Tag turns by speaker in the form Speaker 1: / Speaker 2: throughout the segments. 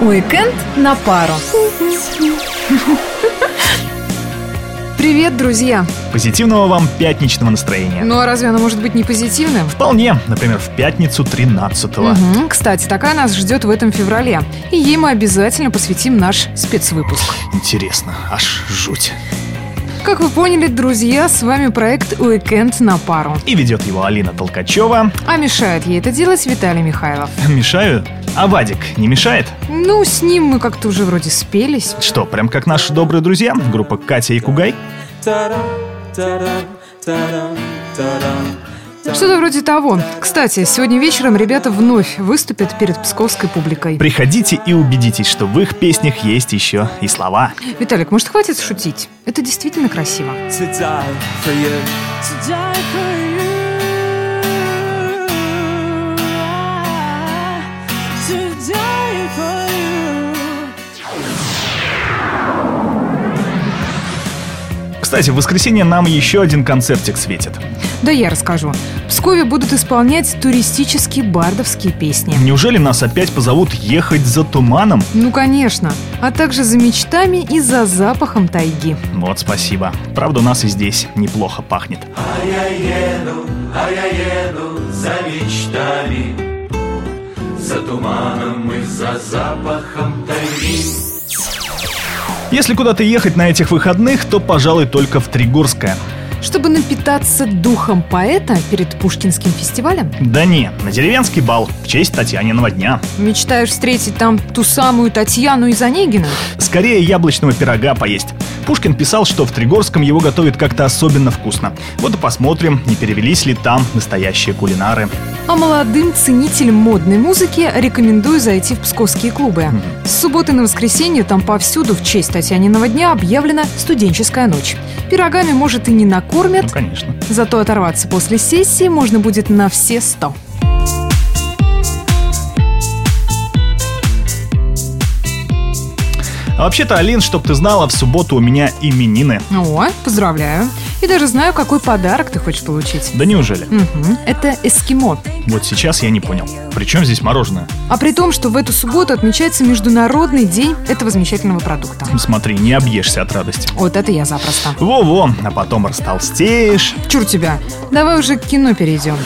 Speaker 1: Уикенд на пару. Привет, друзья!
Speaker 2: Позитивного вам пятничного настроения.
Speaker 1: Ну а разве оно может быть не позитивным?
Speaker 2: Вполне, например, в пятницу 13-го.
Speaker 1: Мгм. Кстати, такая нас ждет в этом феврале. И ей мы обязательно посвятим наш спецвыпуск.
Speaker 2: Интересно, аж жуть.
Speaker 1: Как вы поняли, друзья, с вами проект «Уикенд на пару».
Speaker 2: И ведет его Алина Толкачева.
Speaker 1: А мешает ей это делать Виталий Михайлов.
Speaker 2: Мешаю? А Вадик не мешает?
Speaker 1: Ну, с ним мы как-то уже вроде спелись.
Speaker 2: Что, прям как наши добрые друзья, группа Катя и Кугай?
Speaker 3: Ta-dam, ta-dam, ta-dam, ta-dam.
Speaker 1: Что-то вроде того. Кстати, сегодня вечером ребята вновь выступят перед псковской публикой.
Speaker 2: Приходите и убедитесь, что в их песнях есть еще и слова.
Speaker 1: Виталик, может, хватит шутить? Это действительно красиво.
Speaker 3: To die for you. To die for you. Ah, To die for you.
Speaker 2: Кстати, в воскресенье нам еще один концертик светит.
Speaker 1: Да я расскажу. В Пскове будут исполнять туристические бардовские песни.
Speaker 2: Неужели нас опять позовут ехать за туманом?
Speaker 1: Ну, конечно. А также за мечтами и за запахом тайги.
Speaker 2: Вот спасибо. Правда, у нас и здесь неплохо пахнет.
Speaker 4: А я еду, а я еду за мечтами, За туманом и за запахом тайги.
Speaker 2: Если куда-то ехать на этих выходных, то, пожалуй, только в Тригорское.
Speaker 1: Чтобы напитаться духом поэта перед Пушкинским фестивалем,
Speaker 2: Да не, на деревенский бал в честь Татьяниного дня.
Speaker 1: мечтаешь встретить там ту самую Татьяну из Онегина?
Speaker 2: Скорее яблочного пирога поесть. Пушкин писал, что в Тригорском его готовят как-то особенно вкусно. Вот и посмотрим, не перевелись ли там настоящие кулинары.
Speaker 1: А молодым ценителям модной музыки рекомендую зайти в псковские клубы. С субботы на воскресенье там повсюду в честь Татьяниного дня объявлена студенческая ночь. Пирогами, может, и не накормят,
Speaker 2: Ну, конечно.
Speaker 1: зато оторваться после сессии можно будет на все сто.
Speaker 2: А вообще-то, Алин, чтоб ты знала, в субботу у меня именины.
Speaker 1: О, поздравляю. И даже знаю, какой подарок ты хочешь получить.
Speaker 2: Да неужели?
Speaker 1: Мгм, Это эскимо.
Speaker 2: Вот сейчас я не понял. При чем здесь мороженое?
Speaker 1: А при том, что в эту субботу отмечается Международный день этого замечательного продукта.
Speaker 2: Ну, Смотри, не объешься от радости.
Speaker 1: Вот это я запросто.
Speaker 2: Во-во, а потом растолстеешь.
Speaker 1: Чур тебя. Давай уже к кино перейдем.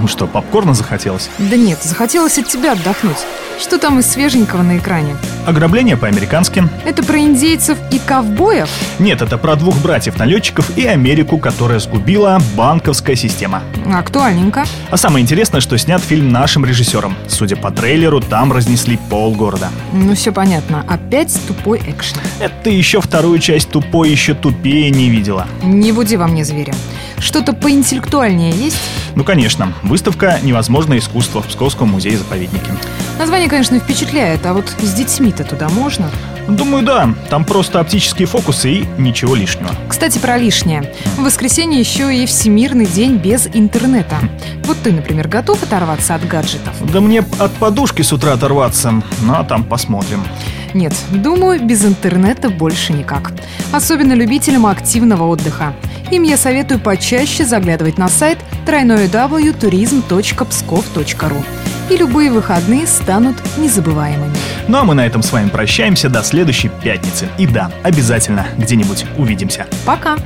Speaker 2: Ну что, попкорна захотелось?
Speaker 1: Да нет, захотелось от тебя отдохнуть. Что там из свеженького на экране?
Speaker 2: Ограбление по-американски.
Speaker 1: Это про индейцев и ковбоев?
Speaker 2: Нет, это про двух братьев-налетчиков и Америку, которая сгубила банковская система.
Speaker 1: Актуальненько.
Speaker 2: А самое интересное, что снят фильм нашим режиссером. Судя по трейлеру, там разнесли полгорода.
Speaker 1: Ну все понятно. Опять тупой экшен.
Speaker 2: Это ты еще вторую часть тупой еще тупее не видела.
Speaker 1: Не буди во мне зверя. Что-то поинтеллектуальнее есть?
Speaker 2: Ну, конечно, выставка «Невозможное искусство» в Псковском музее-заповеднике.
Speaker 1: Название, конечно, впечатляет, а вот с детьми-то туда можно?
Speaker 2: Думаю, да, там просто оптические фокусы и ничего лишнего.
Speaker 1: Кстати, про лишнее. В воскресенье еще и Всемирный день без интернета. Вот ты, например, готов оторваться от гаджетов?
Speaker 2: Да мне б от подушки с утра оторваться, ну а там посмотрим.
Speaker 1: Нет, думаю, без интернета больше никак. Особенно любителям активного отдыха. Им я советую почаще заглядывать на сайт www.turism.pskov.ru и любые выходные станут незабываемыми.
Speaker 2: Ну а мы на этом с вами прощаемся до следующей пятницы. И да, обязательно где-нибудь увидимся.
Speaker 1: Пока!